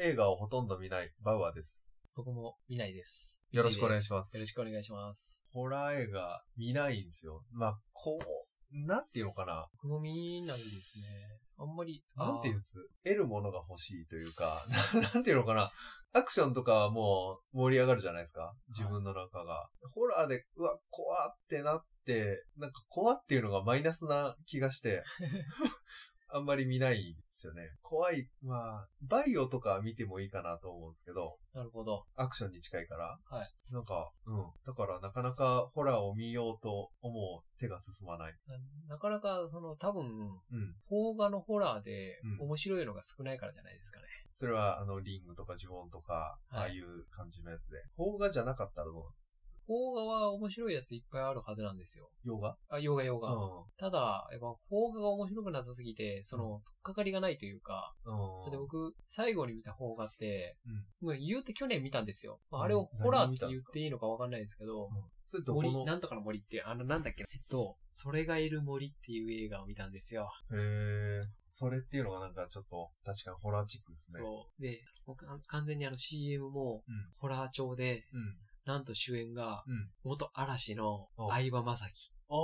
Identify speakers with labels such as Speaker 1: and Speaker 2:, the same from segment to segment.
Speaker 1: 映画をほとんど見ないバウアーです。
Speaker 2: 僕も見ないです。
Speaker 1: よろしくお願いします
Speaker 2: よろしくお願いします。
Speaker 1: ホラー映画見ないんですよ。まあ、こう、なんていうのかな。
Speaker 2: 僕も見ないですね。あんまり。
Speaker 1: なんていうん
Speaker 2: あー
Speaker 1: です。得るものが欲しいというか、 ななんていうのかな。アクションとかはもう盛り上がるじゃないですか。自分の中が。ホラーで、うわ、怖ってなって、なんか怖っていうのがマイナスな気が して。あんまり見ないんですよね。怖い。まあ、バイオとか見てもいいかなと思うんですけど、
Speaker 2: なるほど。
Speaker 1: アクションに近いから。
Speaker 2: は
Speaker 1: なんか、うん。だからなかなかホラーを見ようと思う手が進まない。
Speaker 2: ななかなか、その、多分、
Speaker 1: うん。
Speaker 2: 邦画のホラーで
Speaker 1: うん
Speaker 2: 面白いのが少ないからじゃないですかね。
Speaker 1: それは、あの、リングとか呪文とか、
Speaker 2: はい
Speaker 1: ああいう感じのやつで。邦画じゃなかったらどう
Speaker 2: 邦画は面白いやついっぱいあるはずなんですよ。
Speaker 1: 洋画
Speaker 2: あ、洋画洋
Speaker 1: う
Speaker 2: 画。
Speaker 1: ん。
Speaker 2: ただ、やっぱ邦画が面白くなさすぎて、その、
Speaker 1: う
Speaker 2: とっかかりがないというか、だって
Speaker 1: うん。
Speaker 2: 僕、最後に見た邦画って、
Speaker 1: うん
Speaker 2: もう言うて去年見たんですよ。まあ、
Speaker 1: うん
Speaker 2: あれをホラー
Speaker 1: 何を
Speaker 2: っ
Speaker 1: 見
Speaker 2: て
Speaker 1: たん
Speaker 2: 言
Speaker 1: で
Speaker 2: っ
Speaker 1: すか
Speaker 2: ていいのかわかんないですけど、
Speaker 1: それどこ
Speaker 2: 森
Speaker 1: の、へ
Speaker 2: なんとかの森って、あの、なんだっけな、えっと、それがいる森っていう映画を見たんですよ。
Speaker 1: え。それっていうのがなんかちょっと、確かにホラーチックですね。
Speaker 2: そう。で、もうか完全にあの CM も
Speaker 1: うん、
Speaker 2: ホラー調で、
Speaker 1: うん。
Speaker 2: なんと主演が
Speaker 1: うん、
Speaker 2: 元嵐の
Speaker 1: うん
Speaker 2: 相葉雅紀、
Speaker 1: ああ、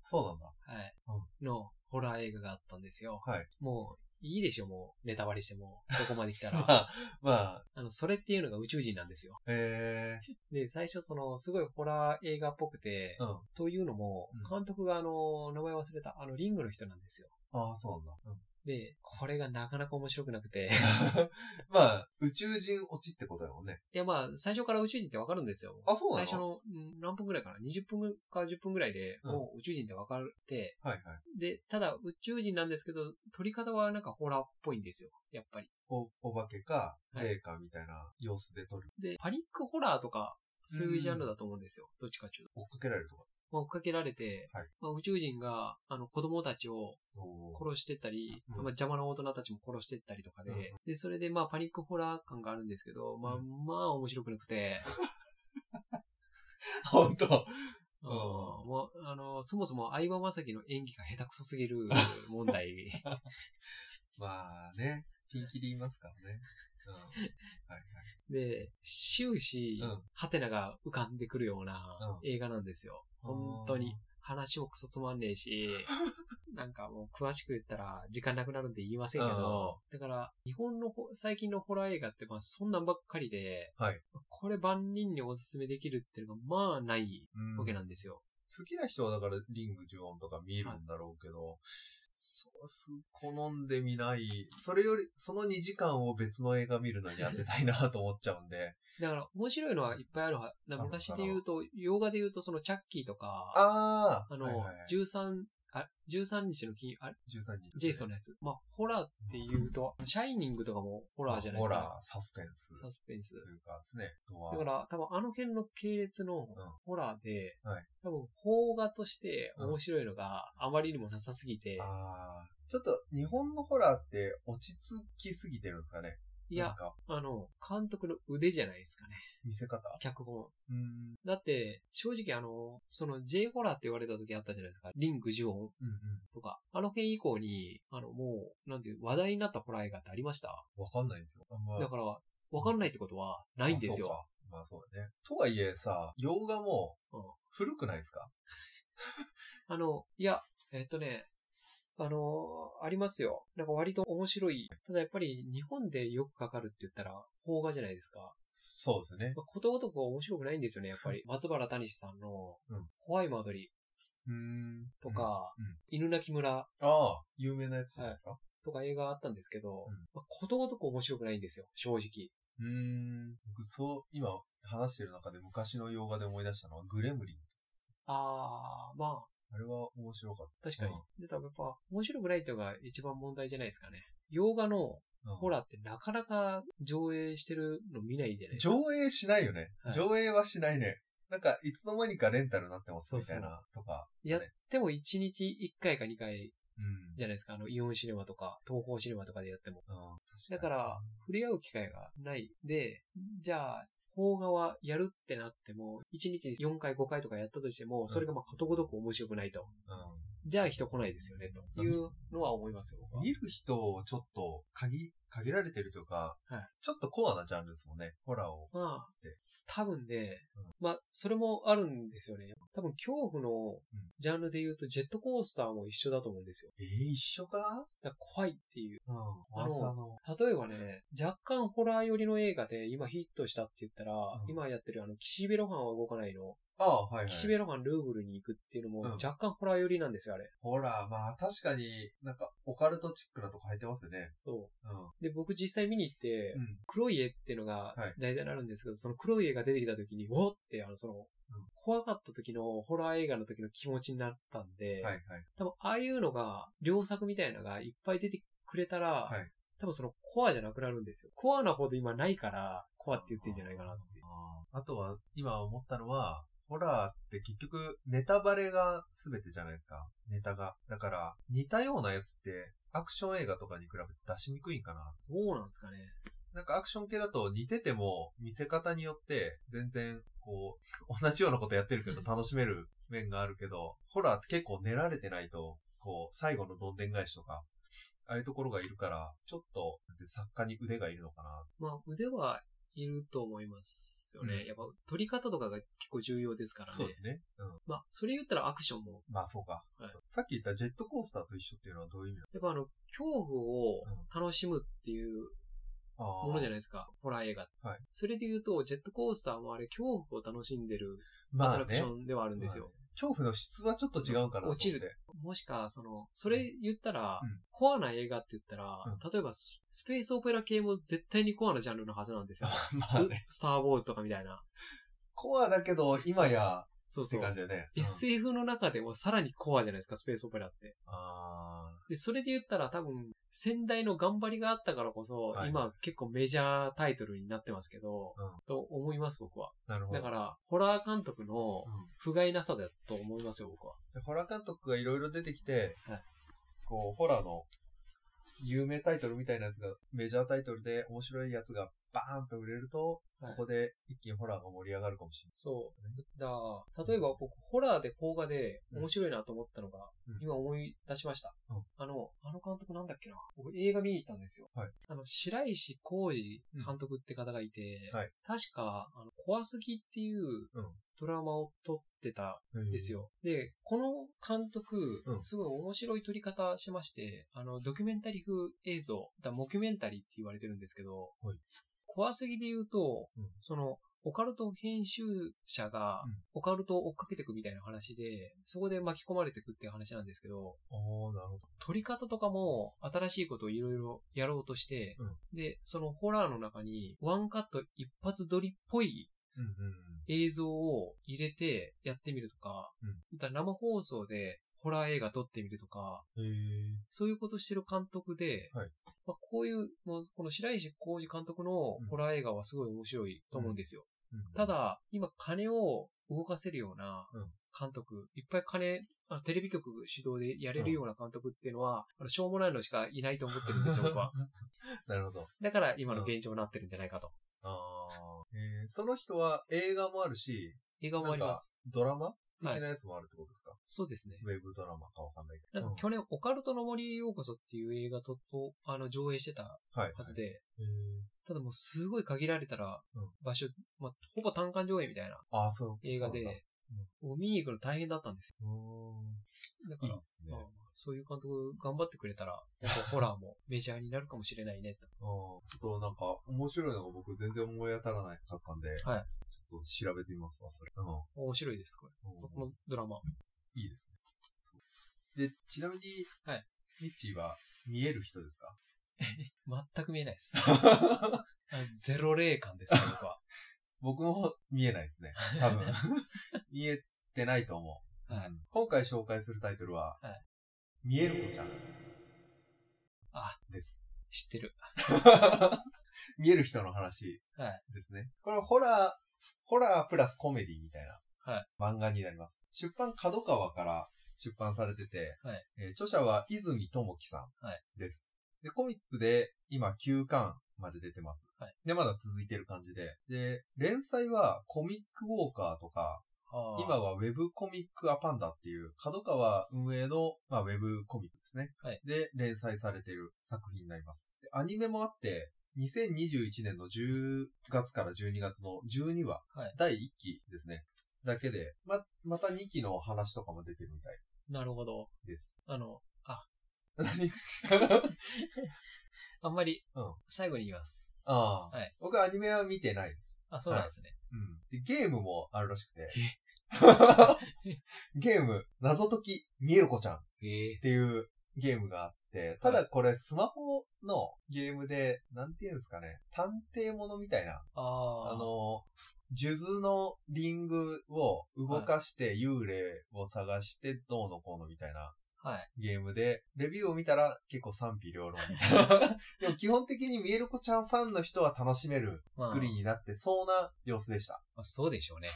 Speaker 1: そうなんだ。
Speaker 2: はい、のホラー映画があったんですよ。
Speaker 1: はい。
Speaker 2: もう、いいでしょ、もう、ネタバレしても、ここまで来た
Speaker 1: ま
Speaker 2: ら。
Speaker 1: あ、まあ、
Speaker 2: あの、それっていうのが宇宙人なんですよ。
Speaker 1: へえ。
Speaker 2: で、最初その、すごいホラー映画っぽくて、
Speaker 1: うん。
Speaker 2: というのも
Speaker 1: うん、
Speaker 2: 監督があの、名前忘れた、あの、リングの人なんですよ。
Speaker 1: ああ、そうなんだ。うん
Speaker 2: で、これがなかなか面白くなくて、
Speaker 1: まあ、宇宙人落ちってことだもんね。
Speaker 2: いやまあ、最初から宇宙人ってわかるんですよ。
Speaker 1: あそうな
Speaker 2: 最
Speaker 1: の
Speaker 2: 初のん何分くらいかな ?20 分か10分くらいで、
Speaker 1: うん
Speaker 2: もう宇宙人ってわかって、
Speaker 1: はいはい。
Speaker 2: で、ただ宇宙人なんですけど、撮り方はなんかホラーっぽいんですよ。やっぱり。
Speaker 1: お、お化けか、
Speaker 2: はい
Speaker 1: 霊かみたいな様子で撮る。
Speaker 2: で、パニックホラーとか、そういうジャンルだと思うんですよ。どっちかっていうと。
Speaker 1: 追っかけられるとか。
Speaker 2: まあ、追っかけられて、
Speaker 1: はい
Speaker 2: まあ、宇宙人が、あの、子供たちを
Speaker 1: そう。
Speaker 2: 殺してったり、
Speaker 1: うん
Speaker 2: まあ、邪魔な大人たちも殺してったりとかで、
Speaker 1: うん
Speaker 2: で、それでまあ、パニックホラー感があるんですけど、まあ、
Speaker 1: うん
Speaker 2: まあ、面白くなくて、
Speaker 1: 本当
Speaker 2: うんんもう、あの、そもそも相葉雅紀の演技が下手くそす ぎる問題。
Speaker 1: まあね、ピンキリいますからね。うん。はい
Speaker 2: で、終始
Speaker 1: うん、
Speaker 2: ハテナが浮かんでくるような
Speaker 1: う
Speaker 2: 映画なんですよ。
Speaker 1: はい。
Speaker 2: 本当に。話もクソつまんねえし、 なんかもう詳しく言ったら時間なくなるんで言いませんけど、だから日本のほ最近のホラー映画ってまあそんなんばっかりで、
Speaker 1: はい
Speaker 2: これ万人におすすめできるっていうのがまあない
Speaker 1: うん。
Speaker 2: わけ
Speaker 1: 好
Speaker 2: なんですよ。
Speaker 1: きな人はだからリング呪音とか見るんだろうけど、そうす、好んでみない。それより、その2時間を別の映画見るのにやってたいなと思っちゃうん で。
Speaker 2: だから面白いのはいっぱいあるは、だから昔で言うと、洋画で言うとそのチャッキーとか、
Speaker 1: ああ
Speaker 2: あの、
Speaker 1: はいはいはい、
Speaker 2: 13、あ、13日の金、あれ
Speaker 1: 13人。
Speaker 2: ジェイソンのやつ。まあ、ホラーって言うと、シャイニングとかも
Speaker 1: ホ
Speaker 2: ホラーじゃないですか。
Speaker 1: ホラー、サスペンス。
Speaker 2: サスペンス。
Speaker 1: というかですね。あとは
Speaker 2: だから、多分あの辺の系列のホラーで、
Speaker 1: はい
Speaker 2: 多分、邦画として
Speaker 1: うん
Speaker 2: 面白いのがあまりにもなさすぎて、
Speaker 1: あーちょっと日本のホラーって落ち着きすぎてるんですかね。
Speaker 2: い
Speaker 1: なん
Speaker 2: や、
Speaker 1: か、
Speaker 2: あの、監督の腕じゃないですかね。
Speaker 1: 見せ方
Speaker 2: 脚本。
Speaker 1: うん。
Speaker 2: だって、正直あの、その J ホラーって言われた時あったじゃないですか。リング・ジュオン
Speaker 1: うんうん。
Speaker 2: とか。あの辺以降に、あの、もう、なんていう、話題になったホラー映画ってありました
Speaker 1: わかんないんですよ。あんま
Speaker 2: だから、わかんないってことはないんですよ。
Speaker 1: まあそうかまあそうだね。とはいえさ、洋画も
Speaker 2: うん
Speaker 1: 古くないですか、
Speaker 2: あの、いや、えっとね、あのーありますよ。なんか割と面白い。ただやっぱり日本でよくかかるって言ったら、邦画じゃないですか。
Speaker 1: そうですね。
Speaker 2: まあ、ことごとく面白くないんですよね、やっ ぱり。松原谷志さんの
Speaker 1: うん、
Speaker 2: 怖い間取り
Speaker 1: うん。
Speaker 2: とか、
Speaker 1: うんうん
Speaker 2: 犬鳴村
Speaker 1: うん。ああ、有名なやつじゃないですか、
Speaker 2: とか映画あったんですけど、
Speaker 1: うん
Speaker 2: まあ、ことごとく面白くないんですよ、正直。
Speaker 1: うーん。僕そう、今話してる中で昔の洋画で思い出したのはグレムリン。
Speaker 2: あー、まあ、
Speaker 1: あれは面白かっ
Speaker 2: 確かに。
Speaker 1: うん
Speaker 2: で、多分やっぱ、面白くないっていうのが一番問題じゃないですかね。洋画の
Speaker 1: た。うん
Speaker 2: ホラーってなかなか上映してるの見ないじゃないです
Speaker 1: 上
Speaker 2: か。
Speaker 1: 映しないよね。
Speaker 2: はい
Speaker 1: 上映はしないね。なんか、いつの間にかレンタルになってますみたいな、とか。
Speaker 2: やっ
Speaker 1: ね
Speaker 2: ても1日1回か2回
Speaker 1: うん。
Speaker 2: じゃないですか。あの、イオンシネマとか、東宝シネマとかでやっても。
Speaker 1: うん、
Speaker 2: だから、触れ合う機会がない。で、じゃあ、邦画はやるってなっても、1日に4回5回とかやったとしても、それがまあことごとく面白くないと。
Speaker 1: 確かに
Speaker 2: じゃあ人来ないですよね、というのは思いますよ、僕は。
Speaker 1: 見る人をちょっと限、限られてるというか、
Speaker 2: はい
Speaker 1: ちょっとコアなジャンルですもんね、ホラーを。
Speaker 2: まあ
Speaker 1: で、
Speaker 2: 多分ね、まあ、それもあるんですよね。多分恐怖の
Speaker 1: ん
Speaker 2: ジャンルで言うと、ジェットコースターも一緒だと思うんですよ。
Speaker 1: えー、一緒か
Speaker 2: だから怖いっていう。
Speaker 1: うん。怖さの。
Speaker 2: 例えばね、若干ホラー寄りの映画で今ヒットしたって言ったら、
Speaker 1: うん
Speaker 2: 今やってるあの、岸辺露伴は動かないの。
Speaker 1: ああ、はいはい。
Speaker 2: 岸辺露伴ルーブルに行くっていうのも
Speaker 1: うん
Speaker 2: 若干ホラー寄りなんですよ、あれ。
Speaker 1: ホラー、まあ確かに、なんか、オカルトチックなとこ入ってますよね。
Speaker 2: そ
Speaker 1: うん。
Speaker 2: う。で、僕実際見に行って、
Speaker 1: うん。
Speaker 2: 黒い絵っていうのが
Speaker 1: はい
Speaker 2: 題材になるんですけど、その黒い絵が出てきた時に、おっって、あの、その、怖かった時のホラー映画の時の気持ちになったんで、
Speaker 1: はいはい。
Speaker 2: 多分ああいうのが、良作みたいなのがいっぱい出てくれたら、
Speaker 1: はい
Speaker 2: 多分そのコアじゃなくなるんですよ。コアなほど今ないから、コアって言ってんじゃないかなっていう。
Speaker 1: あーあとは、今思ったのは、ホラーって結局、ネタバレが全てじゃないですか。ネタが。だから、似たようなやつって、アクション映画とかに比べて出しにくいんかな。
Speaker 2: どうなんですかね。
Speaker 1: なんかアクション系だと似てても、見せ方によって、全然、こう、同じようなことやってるけど楽しめる面があるけど、ホラーって結構練られてないと、こう、最後のどんでん返しとか、ああいうところがいるから、ちょっと、作家に腕がいるのかな。
Speaker 2: まあ腕はいると思いますよね。
Speaker 1: うん
Speaker 2: やっぱ取り方とかが結構重要ですからね。
Speaker 1: そうですね。うん。
Speaker 2: まあそれ言ったらアクションも。
Speaker 1: まあそうか、
Speaker 2: はい
Speaker 1: さっき言ったジェットコースターと一緒っていうのはどういう意味な
Speaker 2: やっぱあの、恐怖を楽しむっていう
Speaker 1: のあー
Speaker 2: ものじゃないですか。ホラー映画。
Speaker 1: はい
Speaker 2: それで言うと、ジェットコースターもあれ恐怖を楽しんでるア
Speaker 1: ま
Speaker 2: ト
Speaker 1: あ
Speaker 2: ラク
Speaker 1: ね
Speaker 2: シ。ョンではあるんですよ。
Speaker 1: 恐怖の質はちょっと違うから
Speaker 2: 落ちるもしか、その、それ言ったら、
Speaker 1: うん
Speaker 2: コアな映画って言ったら、
Speaker 1: う
Speaker 2: 例えばス、スペースオペラ系も絶対にコアなジャンルのはずな んですよ。
Speaker 1: まあね。
Speaker 2: スター・ウォーズとかみたいな。
Speaker 1: コアだけど、今や、
Speaker 2: そう
Speaker 1: っ
Speaker 2: そ
Speaker 1: て
Speaker 2: う。
Speaker 1: 感じだよね。うん
Speaker 2: SF の中でもさらにコアじゃないですか、スペースオペラって。
Speaker 1: あ
Speaker 2: で、それで言ったら多分、先代の頑張りがあったからこそ、
Speaker 1: はい
Speaker 2: 今結構メジャータイトルになってますけど、
Speaker 1: うん
Speaker 2: と思います、僕は。
Speaker 1: ーなるほど。
Speaker 2: だから、ホラー監督の
Speaker 1: うん
Speaker 2: 不甲斐なさだと思いますよ、僕は。
Speaker 1: でホラー監督がいろいろ出てきて、
Speaker 2: はい
Speaker 1: こう、ホラーの有名タイトルみたいなやつが、メジャータイトルで面白いやつがバーンと売れると、そこで一気にホラーが盛り上がるかもしれ
Speaker 2: そう。だから例えば僕、ホラーで邦画で面白いなと思ったのが、
Speaker 1: うん
Speaker 2: 今思い出しました、
Speaker 1: うん
Speaker 2: あの、あの監督なんだっけな。僕映画見に行ったんですよ。
Speaker 1: はい
Speaker 2: あの、白石浩二監督って方がいて、
Speaker 1: うんはい
Speaker 2: 確か、あの、怖すぎっていう
Speaker 1: うん
Speaker 2: ドラマを撮ってた
Speaker 1: ない。
Speaker 2: んですよ。で、この監督、
Speaker 1: うん
Speaker 2: すごい面白い撮り方しまして、あの、ドキュメンタリー風映像、だモキュメンタリーって言われてるんですけど、
Speaker 1: はい
Speaker 2: 怖すぎで言うと、
Speaker 1: うん
Speaker 2: その、オカルト編集者が
Speaker 1: うん、
Speaker 2: オカルトを追っかけていくみたいな話で、そこで巻き込まれていくっていう話なんですけど、
Speaker 1: うん。おー、なるほど。
Speaker 2: 撮り方とかも新しいことをいろいろやろうとして、
Speaker 1: うん
Speaker 2: で、そのホラーの中に、ワンカット一発撮りっぽい
Speaker 1: うんうんうん。
Speaker 2: 映像を入れてやってみるとか、
Speaker 1: うん
Speaker 2: また生放送でホラー映画撮ってみるとか、
Speaker 1: へー。
Speaker 2: そういうことしてる監督で、
Speaker 1: はい
Speaker 2: まあ、こういう、もうこの白石浩二監督の
Speaker 1: うん
Speaker 2: ホラー映画はすごい面白いと思うんですよ。
Speaker 1: うん
Speaker 2: た、だ、今金を動かせるような
Speaker 1: うん
Speaker 2: 監督、いっぱい金、あのテレビ局主導でやれるような監督っていうのは、あのしょうもないのしかいないと思ってるんですよ、僕は。
Speaker 1: なるほど。
Speaker 2: だから今の現状になってるんじゃないかと。
Speaker 1: あーえーその人は映画もあるし、
Speaker 2: 映画も
Speaker 1: な
Speaker 2: あ
Speaker 1: ん
Speaker 2: りま
Speaker 1: か
Speaker 2: す。
Speaker 1: ドラマ的なやつもあるってことですか、
Speaker 2: そうですね。
Speaker 1: ウェブドラマかわかんないけ
Speaker 2: な
Speaker 1: ど。
Speaker 2: んか去年、オカルトの森へようこそっていう映画と、とあの、上映してたは
Speaker 1: うんはい、はい。
Speaker 2: ずで、
Speaker 1: へー
Speaker 2: ただもうすごい限られたら
Speaker 1: うん、
Speaker 2: 場所、まあ、ほぼ単館上映みたいな
Speaker 1: ああ、そう。
Speaker 2: 映画で
Speaker 1: そうなんだ、
Speaker 2: もう見に行くの大変だったんですよ。だ
Speaker 1: うー
Speaker 2: か
Speaker 1: んい
Speaker 2: ら
Speaker 1: いで、すね
Speaker 2: まあ。そういう監督頑張ってくれたら、やっぱホラーもメジャーになるかもしれないね、と。
Speaker 1: あーちょっとなんか、面白いのが僕全然思い当たらなかったんで、
Speaker 2: はい
Speaker 1: ちょっと調べてみますわ、それ。うん
Speaker 2: 面白いです、これ。こ
Speaker 1: うん
Speaker 2: のドラマ。
Speaker 1: いいですねそう。で、ちなみに、
Speaker 2: はい
Speaker 1: ミッチーは見える人です
Speaker 2: 全く見えな いです。
Speaker 1: か
Speaker 2: あのゼロ霊感です、ね、僕は。
Speaker 1: 僕も見えないですね。多 分。見えてないと思う。
Speaker 2: はい
Speaker 1: うん今回紹介するタイトルは、
Speaker 2: はい
Speaker 1: 見える子ちゃん。
Speaker 2: あ
Speaker 1: です。
Speaker 2: 知ってる。
Speaker 1: 見える人の話
Speaker 2: はい
Speaker 1: ですね。これはホラー、ホラープラスコメディみたいな、
Speaker 2: はい
Speaker 1: 漫画になります。出版角川から出版されてて、
Speaker 2: はい
Speaker 1: えー著者は泉智樹さ
Speaker 2: は
Speaker 1: んです。で、コミックで今9巻まで出てます。
Speaker 2: はい
Speaker 1: で、まだ続いてる感じで。で、連載はコミックウォーカーとか、
Speaker 2: あー
Speaker 1: 今は Web コミックアパンダっていう、角川運営の、まあ、Web コミックですね。
Speaker 2: はい
Speaker 1: で、連載されている作品になります。でアニメもあって、2021年の10月から12月の12話、
Speaker 2: はい
Speaker 1: 第1期ですね。だけで、ま、また2期の話とかも出てるみたい
Speaker 2: なるほど。
Speaker 1: です。
Speaker 2: あの、
Speaker 1: 何
Speaker 2: あんまり
Speaker 1: うん、
Speaker 2: 最後に言います。
Speaker 1: ああ、
Speaker 2: はい
Speaker 1: 僕アニメは見てないです。
Speaker 2: あ、そうなんですね。
Speaker 1: うん。で、ゲームもあるらしくて。 ゲーム、謎解き、みえるこちゃんっ
Speaker 2: ええ
Speaker 1: ていうゲームがあって、ただこれスマホのゲームで、なんていうんですかね、探偵ものみたいな、
Speaker 2: ああ。
Speaker 1: あ、の、数珠のリングを動かして幽霊を探してどうのこうのみたいな
Speaker 2: はい。
Speaker 1: ゲームで、レビューを見たら結構賛否両論みたいな。でも基本的にみえるこちゃんファンの人は楽しめる作りになってそうな様子でした。
Speaker 2: まあ、そうでしょうね。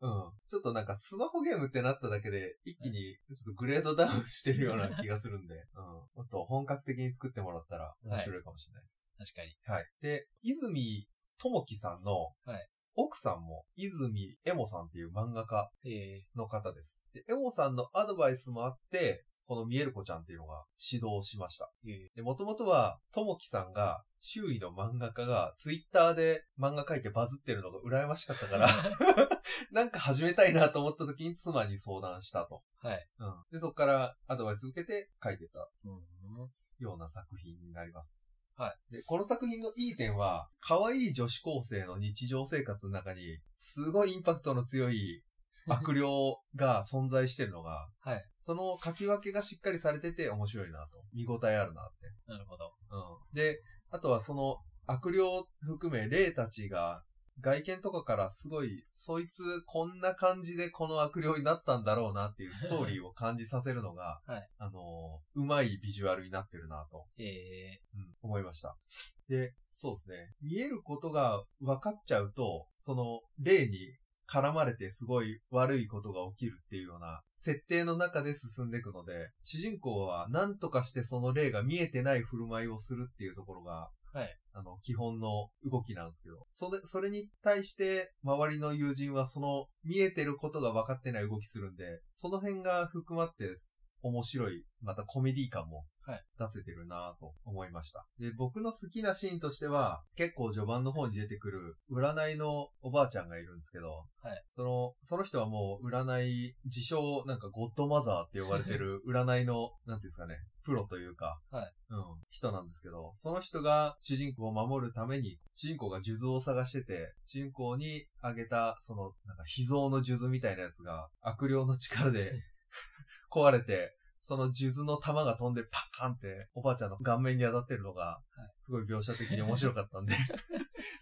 Speaker 1: うん。ちょっとなんかスマホゲームってなっただけで、一気にちょっとグレードダウンしてるような気がするんで、うん。もっと本格的に作ってもらったら面白いかもしれないです。
Speaker 2: 確かに。
Speaker 1: はい。で、泉智樹さんの、
Speaker 2: はい
Speaker 1: 奥さんも、泉エモさんっていう漫画家
Speaker 2: ええ
Speaker 1: の方です。で、エモさんのアドバイスもあって、このミエルコちゃんっていうのが指導しました。
Speaker 2: え
Speaker 1: で、もともとは、ともきさんが、周囲の漫画家が、ツイッターで漫画描いてバズってるのが羨ましかった から、 なんか始めたいなと思った時に妻に相談したと。
Speaker 2: えはい。
Speaker 1: うん。で、そこからアドバイス受けて書いてた
Speaker 2: うん。
Speaker 1: ような作品になります。。
Speaker 2: はい
Speaker 1: で、この作品のいい点は、可愛い女子高生の日常生活の中に、すごいインパクトの強い悪霊が存在してるのが、
Speaker 2: はい。
Speaker 1: その書き分けがしっかりされてて面白いなと。見応えあるなって
Speaker 2: なるほど。
Speaker 1: うんで、あとはその悪霊含め霊たちが外見とかからすごい、そいつこんな感じでこの悪霊になったんだろうなっていうストーリーを感じさせるのが、
Speaker 2: はい
Speaker 1: あのーうまいビジュアルになってるなと、
Speaker 2: ええ
Speaker 1: うん思いました。で、そうですね。見えることが分かっちゃうと、その霊に絡まれてすごい悪いことが起きるっていうような設定の中で進んでいくので、主人公は何とかしてその霊が見えてない振る舞いをするっていうところが、
Speaker 2: はい
Speaker 1: あの、基本の動きなんですけど、それ、それに対して周りの友人はその見えてることが分かってない動きするんで、その辺が含まって面白い、またコメディ感も
Speaker 2: はい
Speaker 1: 出せてるなぁと思いました。で、僕の好きなシーンとしては、結構序盤の方に出てくる占いのおばあちゃんがいるんですけど、
Speaker 2: はい
Speaker 1: その、その人はもう占い、自称、なんかゴッドマザーって呼ばれて る占いの、なんていうんですかね、プロというか、
Speaker 2: はい
Speaker 1: うん、人なんですけど、その人が主人公を守るために、主人公が数珠を探してて、主人公にあげた、その、なんか秘蔵の数珠みたいなやつが、悪霊の力 で壊れて、その数珠の玉が飛んでパーンっておばあちゃんの顔面に当たってるのが
Speaker 2: はい、
Speaker 1: すごい描写的に面白か ったんで、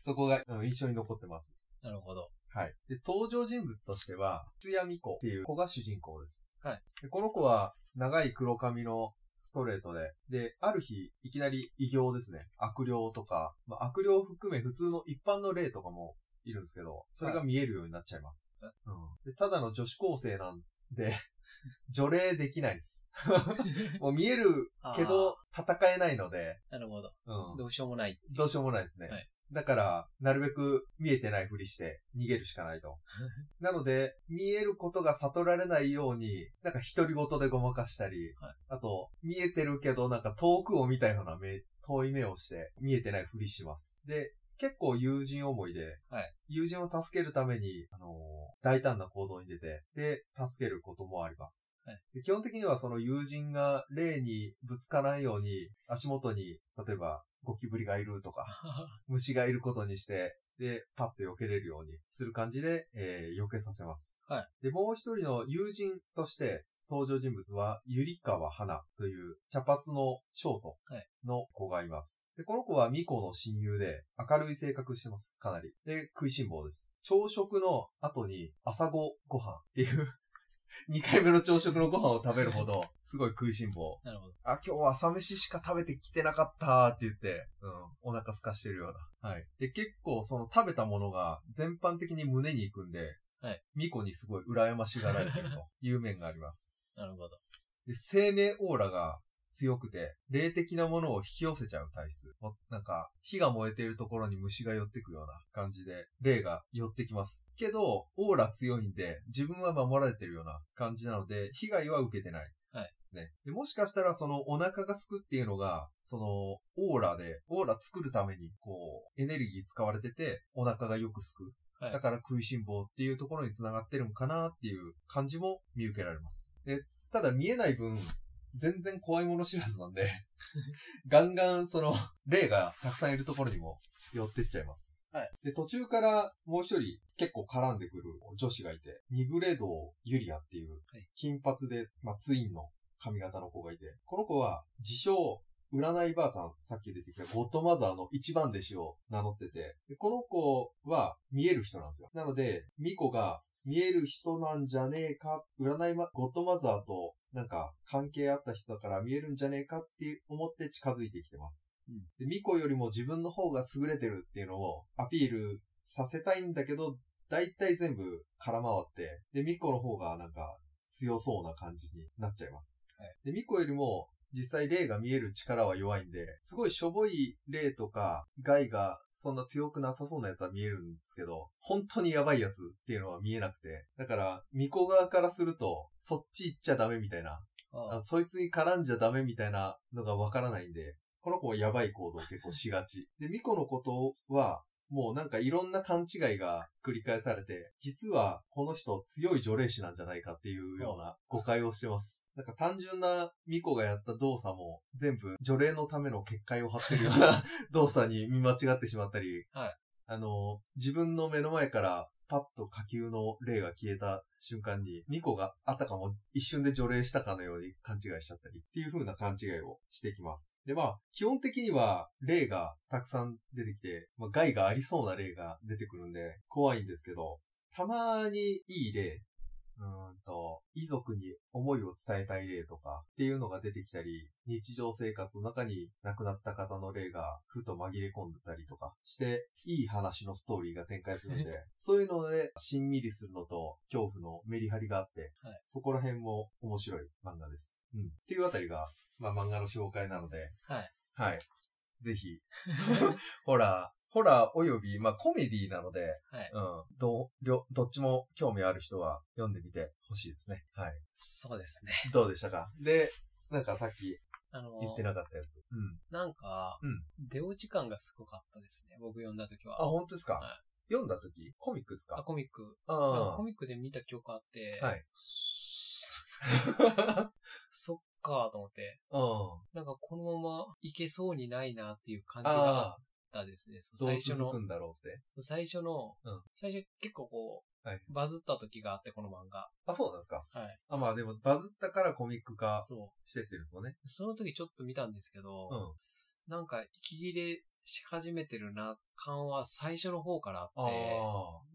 Speaker 1: そこが、うん印象に残ってます。
Speaker 2: なるほど。
Speaker 1: はい。で、登場人物としては、津谷美子っていう子が主人公です。
Speaker 2: はい
Speaker 1: で。この子は、長い黒髪のストレートで、で、ある日、いきなり異形ですね。悪霊とか、まあ、悪霊を含め普通の一般の霊とかもいるんですけど、それが見えるようになっちゃいます。
Speaker 2: は
Speaker 1: うん。で、ただの女子高生なんで、 除霊できないです。 もう見えるけど、戦えないので、
Speaker 2: なるほど。
Speaker 1: うん。
Speaker 2: どうしようもないっていう
Speaker 1: どうしようもないですね。
Speaker 2: はい
Speaker 1: だから、なるべく見えてないふりして逃げるしかない と。なので、見えることが悟られないように、なんか独り言でごまかしたり、
Speaker 2: はい
Speaker 1: あと、見えてるけどなんか遠くを見たような目、遠い目をして見えてないふりします。で、結構友人思いで、
Speaker 2: はい
Speaker 1: 友人を助けるために、あのー大胆な行動に出て、で、助けることもあります。
Speaker 2: はい
Speaker 1: で基本的にはその友人が霊にぶつからないように、足元に、例えば、ゴキブリがいるとか、虫がいることにして、で、パッと避けれるようにする感じで、えー避けさせます。
Speaker 2: は
Speaker 1: で、もう一人の友人として登場人物は、ゆりかわはなという茶髪のショートの子がいます。で、この子はミコの親友で、明るい性格してます。かなり。で、食いしん坊です。朝食の後に朝ごご飯っていう、2回目の朝食のご飯を食べるほど、すごい食いしん坊。
Speaker 2: なるほど。
Speaker 1: あ、今日は朝飯しか食べてきてなかったって言って、うん、お腹空かしてるような。はい。で、結構その食べたものが全般的に胸に行くんで、
Speaker 2: はい。
Speaker 1: ミコにすごい羨ましがられてるという面があります。
Speaker 2: なるほど。
Speaker 1: で、生命オーラが強くて、霊的なものを引き寄せちゃう体質。もなんか、火が燃えてるところに虫が寄ってくような感じで、霊が寄ってきます。けど、オーラ強いんで、自分は守られてるような感じなので、被害は受けてない。
Speaker 2: はい
Speaker 1: ですね。でもしかしたら、そのお腹がすくっていうのが、その、オーラで、オーラ作るために、こう、エネルギー使われてて、お腹がよくすく。
Speaker 2: はい
Speaker 1: だから食いしん坊っていうところに繋がってるんかなっていう感じも見受けられます。で、ただ見えない分、全然怖いもの知らずなんで、 ガンガンその、霊がたくさんいるところにも寄ってっちゃいます。
Speaker 2: はい。
Speaker 1: で、途中からもう一人結構絡んでくる女子がいて、ニグレドユリアっていう
Speaker 2: い、
Speaker 1: 金髪で、まあ、ツインの髪型の子がいて、この子は自称、占いばあさん、さっき出てきたゴッドマザーの一番弟子を名乗ってて、でこの子は見える人なんですよ。なので、ミコが見える人なんじゃねえか、占いま、ゴッドマザーとなんか関係あった人だから見えるんじゃねえかって思って近づいてきてます。
Speaker 2: うん
Speaker 1: で、ミコよりも自分の方が優れてるっていうのをアピールさせたいんだけど、だいたい全部空回って、で、ミコの方がなんか強そうな感じになっちゃいます。
Speaker 2: はい
Speaker 1: で、ミコよりも実際霊が見える力は弱いんで、すごいしょぼい霊とか害がそんな強くなさそうなやつは見えるんですけど、本当にやばいやつっていうのは見えなくて、だから、巫女側からすると、そっち行っちゃダメみたいな、
Speaker 2: あ
Speaker 1: あそいつに絡んじゃダメみたいなのがわからないんで、この子はやばい行動を結構しがち。で、ミコのことは、もうなんかいろんな勘違いが繰り返されて、実はこの人強い除霊師なんじゃないかっていうような誤解をしてます。なんか単純なミコがやった動作も全部除霊のための結界を張ってるような 動作に見間違ってしまったり、
Speaker 2: はい
Speaker 1: あの、自分の目の前からパッと火球の霊が消えた瞬間に、ミコがあたかも一瞬で除霊したかのように勘違いしちゃったりっていう風な勘違いをしてきます。で、まあ、基本的には霊がたくさん出てきて、まあ、害がありそうな霊が出てくるんで怖いんですけど、たまにいい霊、うーんと、遺族に思いを伝えたい例とかっていうのが出てきたり、日常生活の中に亡くなった方の例がふと紛れ込んでたりとかして、いい話のストーリーが展開するん で、そういうので、しんみりするのと恐怖のメリハリがあって、
Speaker 2: はい
Speaker 1: そこら辺も面白い漫画です。うん。っていうあたりが、まあ漫画の紹介なので、
Speaker 2: はい。
Speaker 1: はい。ぜひ、ホラー、ホラーおよび、まあコメディなので、
Speaker 2: はい。
Speaker 1: うん。ど、両どっちも興味ある人は読んでみてほしいですね。はい。
Speaker 2: そうですね。
Speaker 1: どうでしたかで、なんかさっき
Speaker 2: あの、
Speaker 1: 言ってなかったやつ。うん。
Speaker 2: なんか、
Speaker 1: うん
Speaker 2: 出落ち感がすごかったですね。僕読んだ時は。
Speaker 1: あ、本当ですか、
Speaker 2: は
Speaker 1: 読んだ時コミックです
Speaker 2: あ
Speaker 1: か
Speaker 2: コミック。
Speaker 1: あ
Speaker 2: まあ
Speaker 1: あ
Speaker 2: コ。ミックで見た記憶あって、
Speaker 1: はい
Speaker 2: そっかと思って、
Speaker 1: うん。
Speaker 2: なんかこのままいけそうにないなっていう感じがあっ
Speaker 1: ああ、
Speaker 2: たですね。そ
Speaker 1: ど
Speaker 2: う
Speaker 1: う
Speaker 2: 最初
Speaker 1: 続
Speaker 2: の
Speaker 1: く、んだろうって。
Speaker 2: 最初の、
Speaker 1: うん
Speaker 2: 最初結構こう、
Speaker 1: はい
Speaker 2: バズった時があって、この漫画。
Speaker 1: あ、そうなんですか
Speaker 2: はい。
Speaker 1: あ、まあでもバズったからコミック化
Speaker 2: そ
Speaker 1: してってるんですもんね。
Speaker 2: う。その時ちょっと見たんですけど、
Speaker 1: うん。
Speaker 2: なんか息切れし始めてるな感は最初の方からあ
Speaker 1: あ
Speaker 2: っ
Speaker 1: あ
Speaker 2: て、。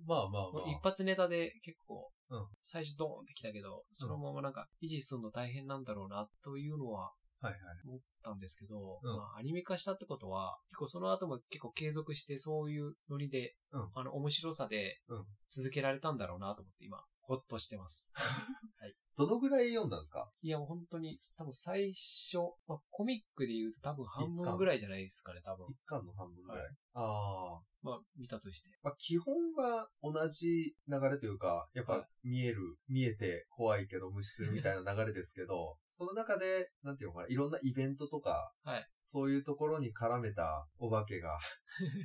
Speaker 1: まあまあまあ。
Speaker 2: 一発ネタで結構
Speaker 1: うん、
Speaker 2: 最初ドーンってきたけど、そのままなんか維持するの大変なんだろうなというのは
Speaker 1: はいはい。
Speaker 2: 思ったんですけど、
Speaker 1: うん
Speaker 2: まあ、アニメ化したってことは、結構その後も結構継続してそういうノリで、
Speaker 1: うん
Speaker 2: あの面白さで
Speaker 1: うん
Speaker 2: 続けられたんだろうなと思って今、ほっとし てます。
Speaker 1: どのぐらい読んだんですか
Speaker 2: いや、もう本当に多分最初、まあ、コミックで言うと多分半
Speaker 1: 一
Speaker 2: 分
Speaker 1: 巻
Speaker 2: ぐらいじゃないですかね、多分。
Speaker 1: 一巻の半分ぐらい。
Speaker 2: は
Speaker 1: ああ。
Speaker 2: まあ、見たとして。
Speaker 1: まあ、基本は同じ流れというか、やっ
Speaker 2: はい
Speaker 1: ぱ見える、見えて怖いけど無視するみたいな流れですけど、その中で、なんていうのかな、いろんなイベントとか、
Speaker 2: はい
Speaker 1: そういうところに絡めたお化け が、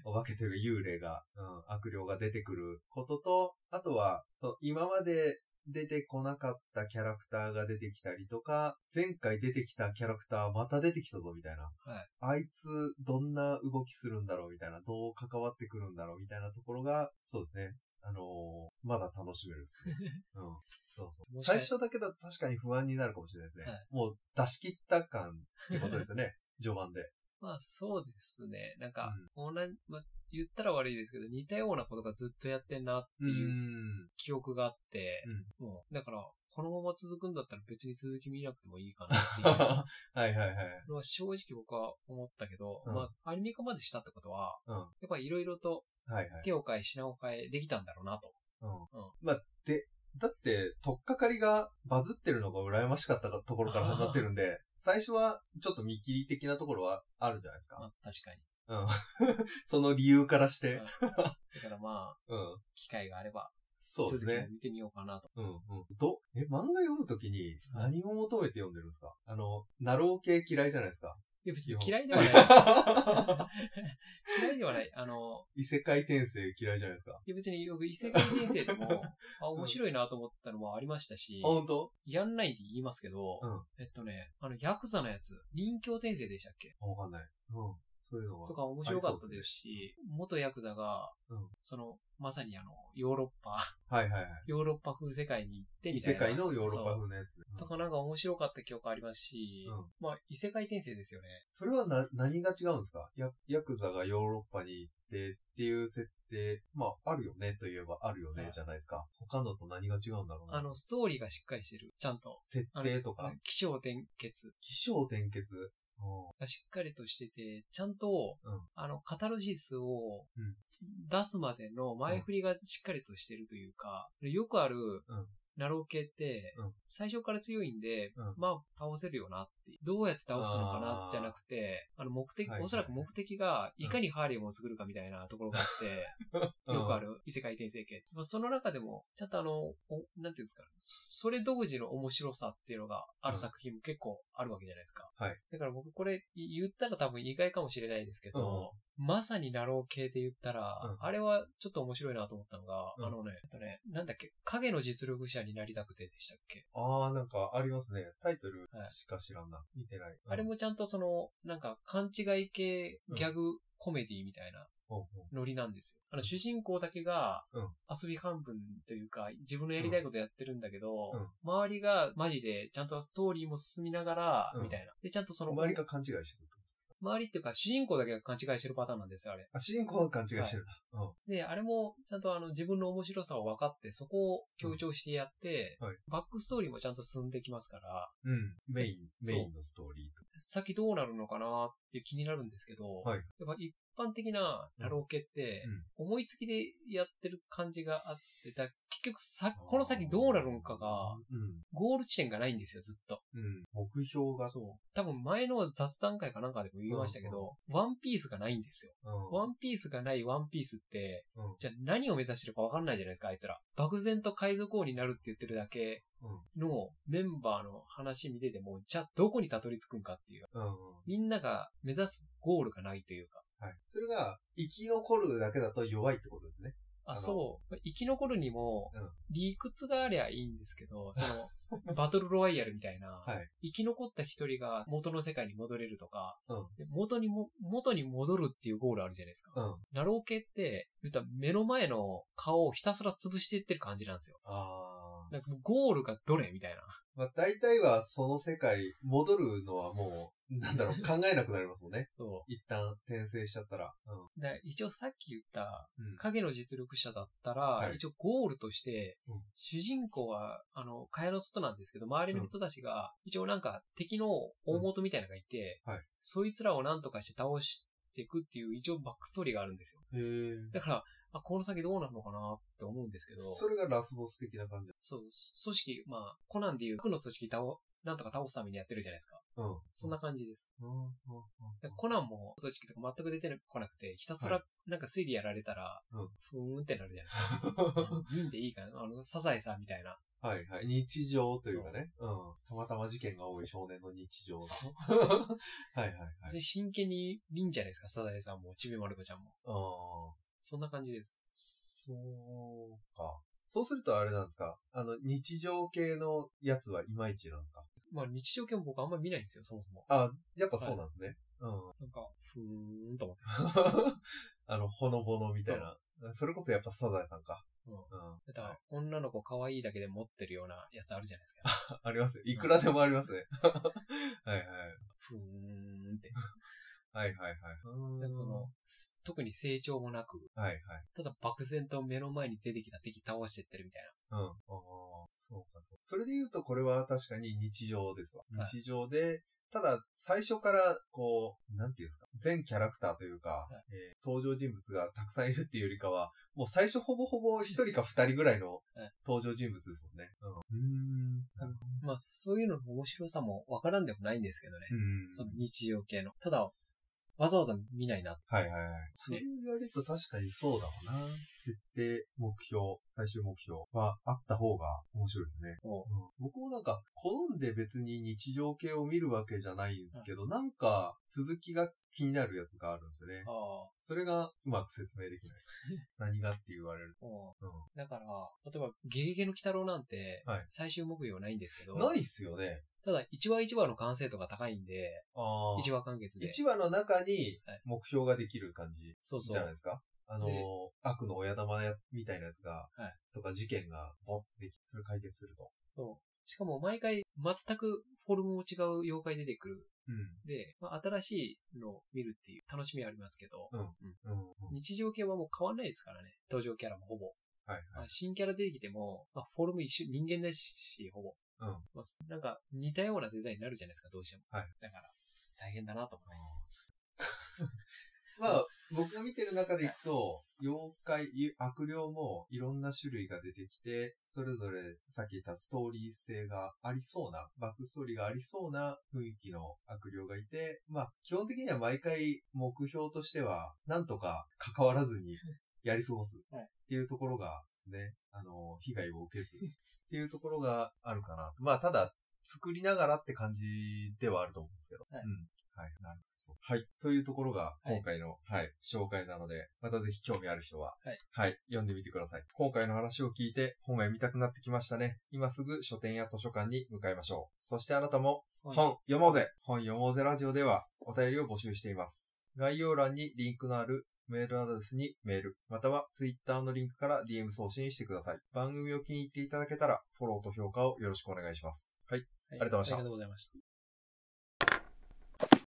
Speaker 1: お化けというか幽霊が、うん、悪霊が出てくることと、あとは、その今まで出てこなかったキャラクターが出てきたりとか、前回出てきたキャラクターまた出てきたぞみたいな。
Speaker 2: はい
Speaker 1: あいつどんな動きするんだろうみたいな、どう関わってくるんだろうみたいなところが、そうですね。あのーまだ楽しめる ですね。うん。そうそう。
Speaker 2: もしか
Speaker 1: 最
Speaker 2: し
Speaker 1: 初だけだと確かに不安になるかもしれないですね。
Speaker 2: はい
Speaker 1: もう出し切った感ってこと ですよね。序盤で。
Speaker 2: まあそうですね。なんか、同じ、まあ、言ったら悪いですけど、似たようなことがずっとやってんなって
Speaker 1: う。
Speaker 2: いうん記憶があって、もう、だから、このまま続くんだったら別に続き見なくてもいいかなっ ていう
Speaker 1: はいはいはい。
Speaker 2: のは正直僕は思ったけど、
Speaker 1: うん
Speaker 2: まあ、アニメ化までしたってことは、
Speaker 1: うん。
Speaker 2: やっぱりいろいろと
Speaker 1: はいはい。
Speaker 2: 手を変え品を変えできたんだろうなと。
Speaker 1: うん。まあ、で、だって、とっかかりがバズってるのが羨ましかったところから始まってるんで、最初はちょっと見切り的なところはあるんじゃないです
Speaker 2: ま
Speaker 1: か。
Speaker 2: あ、確かに。
Speaker 1: その理由からして。
Speaker 2: だからまあ、
Speaker 1: うん。
Speaker 2: 機会があれば、
Speaker 1: そうです
Speaker 2: 続きも
Speaker 1: ね。
Speaker 2: 見てみようかなと。
Speaker 1: うんうん。ど、え、漫画読むときに何を求めて読んでるんですかあの、ナロー系嫌いじゃない ですか。
Speaker 2: いや、別に
Speaker 1: 基本
Speaker 2: 嫌いで はない。嫌いではない。あの、
Speaker 1: 異世界転生嫌いじゃないですか。
Speaker 2: いや別に僕異世界転生でも、あ、面白いなと思ったのもありましたし
Speaker 1: あ、、ほんと
Speaker 2: やんないって言いますけど、
Speaker 1: うん
Speaker 2: えっとね、あの、ヤクザのやつ、人形転生でしたっけ
Speaker 1: あわかんない。うん。そういうのが。
Speaker 2: とか面白かったですし、元ヤクザが、
Speaker 1: うん
Speaker 2: その、まさにあの、ヨーロッパ、
Speaker 1: はいはいはい。
Speaker 2: ヨーロッパ風世界に行って
Speaker 1: 異
Speaker 2: みたい
Speaker 1: 世
Speaker 2: な
Speaker 1: 界のヨーロッパ
Speaker 2: そう
Speaker 1: 風のやつね。うん
Speaker 2: とかなんか面白かった記憶ありますし、
Speaker 1: うん
Speaker 2: まあ、異世界転生ですよね。
Speaker 1: それはな、何が違うんですかヤヤクザがヨーロッパに行ってっていう設定、まあ、あるよねといえばあるよねじゃないですか。他のと何が違うんだろうな。
Speaker 2: あの、ストーリーがしっかりしてる。ちゃんと。
Speaker 1: 設定とか、
Speaker 2: 気象転結
Speaker 1: 気象転結。うん
Speaker 2: がしっかりとしてて、ちゃんと、
Speaker 1: うん
Speaker 2: あの、カタルシスを
Speaker 1: うん
Speaker 2: 出すまでの前振りがしっかりとしてるというか、よくある、
Speaker 1: ん
Speaker 2: ナロー系って
Speaker 1: うん、
Speaker 2: 最初から強いんで、
Speaker 1: うん
Speaker 2: まあ、倒せるよなって。どうやって倒すのかな
Speaker 1: あー
Speaker 2: じゃなくて、あの、目的、
Speaker 1: はいはい
Speaker 2: おそらく目的が、いかにハーレーを作るかみたいなところがあって、よくあ
Speaker 1: る。
Speaker 2: る異世界転生系。まあ、その中でも、ちゃんとあの、おなんていうんですか、そそれ独自の面白さっていうのがある
Speaker 1: うん
Speaker 2: 作品も結構あるわけじゃないですか。
Speaker 1: はい
Speaker 2: だから僕これ言ったら多分意外かもしれないですけど、まさにナロー系で言ったら、
Speaker 1: うん
Speaker 2: あれはちょっと面白いなと思ったのが、
Speaker 1: うん
Speaker 2: あのね、えっとね、なんだっけ、影の実力者になりたくてでしたっけ、
Speaker 1: あー、なんかありますね。タイトル
Speaker 2: はい
Speaker 1: しか知らんな。見てない。
Speaker 2: あれもちゃんとその、なんか勘違い系ギャグコメディみたいな
Speaker 1: うん、うんうん
Speaker 2: ノリなんですよ。あの、主人公だけが
Speaker 1: うん、
Speaker 2: 遊び半分というか、自分のやりたいことやってるんだけど、
Speaker 1: うん
Speaker 2: 周りがマジでちゃんとストーリーも進みながら、
Speaker 1: うん
Speaker 2: みたいな。で、ちゃんとその、
Speaker 1: 周りが勘違いしてるってことですか
Speaker 2: 周りっていうか、主人公だけが勘違いしてるパターンなんですよ、あれ。
Speaker 1: あ、主人公は勘違いしてる。
Speaker 2: で、あれも、ちゃんとあの、自分の面白さを分かって、そこを強調してやって、
Speaker 1: うんはい
Speaker 2: バックストーリーもちゃんと進んできますから、
Speaker 1: うん。メイ
Speaker 2: そう
Speaker 1: ン、メインのストーリーと。
Speaker 2: 先どうなるのかなっていう気になるんですけど、
Speaker 1: はい
Speaker 2: やっぱ一般的なナロー系って、思いつきでやってる感じがあって、だ結局さ、この先どうなるのかが、、
Speaker 1: うん。
Speaker 2: ゴール地点がないんですよ、ずっと。
Speaker 1: うん。目標が、
Speaker 2: そう。多分前の雑談会かなんかでも言いましたけど、ワンピースがないんですよ。
Speaker 1: うん
Speaker 2: ワンピースがないワンピースって、
Speaker 1: うん
Speaker 2: じゃあ何を目指してるかわかんないじゃないですか、あいつら。漠然と海賊王になるって言ってるだけのメンバーの話見てても、じゃあどこにたどり着くんかっていう。
Speaker 1: うん。うん。
Speaker 2: みんなが目指すゴールがないというか。
Speaker 1: はい。それが、生き残るだけだと弱いってことですね。
Speaker 2: あ、
Speaker 1: あの
Speaker 2: そう。生き残るにも
Speaker 1: うん、
Speaker 2: 理屈がありゃいいんですけど、その、バトルロワイヤルみたいな、
Speaker 1: はい
Speaker 2: 生き残った一人が元の世界に戻れるとか、
Speaker 1: うん
Speaker 2: で元にも、元に戻るっていうゴールあるじゃないですか。
Speaker 1: うん。
Speaker 2: ナロー系って、言ったら目の前の顔をひたすら潰していってる感じなんですよ。
Speaker 1: ああ。
Speaker 2: なんかもうゴールがどれみたいな。
Speaker 1: まあ、大体はその世界、戻るのはもう、なんだろう、考えなくなりますもんね。
Speaker 2: そ
Speaker 1: 一旦転生しちゃったら。うん。
Speaker 2: う。で一応さっき言った、
Speaker 1: うん。
Speaker 2: 影の実力者だったら、
Speaker 1: い
Speaker 2: 一応ゴールとして
Speaker 1: うん、
Speaker 2: 主人公は、あの、蚊帳の外なんですけど、周りの人たちが、一応なんか敵の大元みたいなのがいて、
Speaker 1: うんはい
Speaker 2: そいつらを何とかして倒していくっていう、一応バックストーリーがあるんですよ。
Speaker 1: へえ。
Speaker 2: だから、あこの先どうなるのかなって思うんですけど、
Speaker 1: それがラスボス的な感じ。
Speaker 2: そう、組織、まあ、コナンでいう、悪の組織倒、なんとか倒すためにやってるじゃないですか。
Speaker 1: うん。
Speaker 2: そんな感じです。
Speaker 1: うん。うん。
Speaker 2: でコナンも組織とか全く出てこなくて、ひたすらなんか推理やられたら、
Speaker 1: うん
Speaker 2: ふーんってなるじゃないですか。うんいいんでいいかな。あの、サザエさんみたいな。
Speaker 1: はいはい。日常というかね。うん。たまたま事件が多い少年の日常。
Speaker 2: そう
Speaker 1: はいはいはい。
Speaker 2: 別に真剣にいいんじゃないですか、サザエさんも、ちびまる子ちゃんも。
Speaker 1: ああ。
Speaker 2: そんな感じです。
Speaker 1: そうか。そうするとあれなんですかあの、日常系のやつはいまいちなんですか
Speaker 2: まあ日常系も僕あんまり見ないんですよ、そもそも。
Speaker 1: あ、やっぱそうなんですね。うん。
Speaker 2: なんか、ふーんと思って。
Speaker 1: あの、ほのぼのみたいな。それこそやっぱサザエさんか。
Speaker 2: うん
Speaker 1: ん
Speaker 2: だから、女の子可愛いだけで持ってるようなやつあるじゃないです か。
Speaker 1: ありますよ。いくらでもありますね。 はいはい。
Speaker 2: ふーんって。
Speaker 1: はいはいはい。
Speaker 2: なんかその、す特に成長もなく、
Speaker 1: はいはい。
Speaker 2: ただ漠然と目の前に出てきた敵倒してってるみたいな。
Speaker 1: うん。ああ、そうかそう。それで言うとこれは確かに日常ですわ。
Speaker 2: はい
Speaker 1: 日常で、ただ、最初から、こう、なんていうんですか、全キャラクターというか、
Speaker 2: い
Speaker 1: えー登場人物がたくさんいるっていうよりかは、もう最初ほぼほぼ一人か二人ぐらいの
Speaker 2: い
Speaker 1: 登場人物ですもんね。うん。うん
Speaker 2: まあ、そういうのの面白さもわからんでもないんですけどね。
Speaker 1: うん。
Speaker 2: その日常系の。ただ、
Speaker 1: は
Speaker 2: わざわざ見ないな。
Speaker 1: いはいはい。そう言われると確かにそうだろうな。設定、目標、最終目標はあった方が面白いですね。
Speaker 2: そ
Speaker 1: うん僕もなんか、好んで別に日常系を見るわけじゃないんですけど、なんか、続きが気になるやつがあるんですよね
Speaker 2: う。。あ
Speaker 1: それがうまく説明で きない。何がって言われる
Speaker 2: あ。うん
Speaker 1: と。
Speaker 2: だから、例えば、ゲゲゲの鬼太郎なんて
Speaker 1: はい、
Speaker 2: 最終目標はないんですけど、
Speaker 1: うん。ないっすよね。
Speaker 2: ただ、1話1話の完成度が高いんで、
Speaker 1: あ
Speaker 2: 1話完結で。
Speaker 1: 1話の中に
Speaker 2: はい
Speaker 1: 目標ができる感じ
Speaker 2: そう
Speaker 1: じ
Speaker 2: そ
Speaker 1: ゃないうで。すか。あのー
Speaker 2: で、
Speaker 1: 悪の親玉やみたいなやつが、
Speaker 2: はい
Speaker 1: とか事件がボッてでき、それ解決すると。
Speaker 2: そう。しかも、毎回、全くフォルムも違う妖怪出てくる。
Speaker 1: 嗯
Speaker 2: で、まあ、新しいのを見るっていう楽しみはありますけど、
Speaker 1: うんうん。うん。
Speaker 2: 日常系はもう変わんないですからね。登場キャラもほぼ。
Speaker 1: はいはい。
Speaker 2: まあ、新キャラ出てきても、まあ、フォルム一緒、人間だし、ほぼ。
Speaker 1: うん
Speaker 2: まあ、なんか、似たようなデザインになるじゃないですか、どうしても。
Speaker 1: はい
Speaker 2: だから、大変だなと思って。
Speaker 1: まあ、僕が見てる中でいくと、妖怪、ゆ悪霊もいろんな種類が出てきて、それぞれさっき言ったストーリー性がありそうな、バックストーリーがありそうな雰囲気の悪霊がいて、まあ、基本的には毎回目標としては、なんとか関わらずにやり過ごす
Speaker 2: は
Speaker 1: っ
Speaker 2: い
Speaker 1: ていうところがですね、あの、被害を受けずっていうところがあるかな。まあ、ただ、作りながらって感じではあると思うんですけど。
Speaker 2: はい
Speaker 1: うん。はい。なるほど。はい。というところが、
Speaker 2: はい
Speaker 1: 今回の、はい、紹介なので、またぜひ興味ある人は、
Speaker 2: はい。
Speaker 1: 読んでみてください。今回の話を聞いて、本が読みたくなってきましたね。今すぐ書店や図書館に向かいましょう。そしてあなたも、
Speaker 2: はい
Speaker 1: 本読もうぜ本読もうぜラジオではお便りを募集しています。概要欄にリンクのあるメールアドレスにメール、またはツイッターのリンクから DM 送信してください。番組を気に入っていただけたらフォローと評価をよろしくお願いします。はい。
Speaker 2: あ
Speaker 1: が
Speaker 2: り
Speaker 1: とうございました
Speaker 2: ありがとうございました。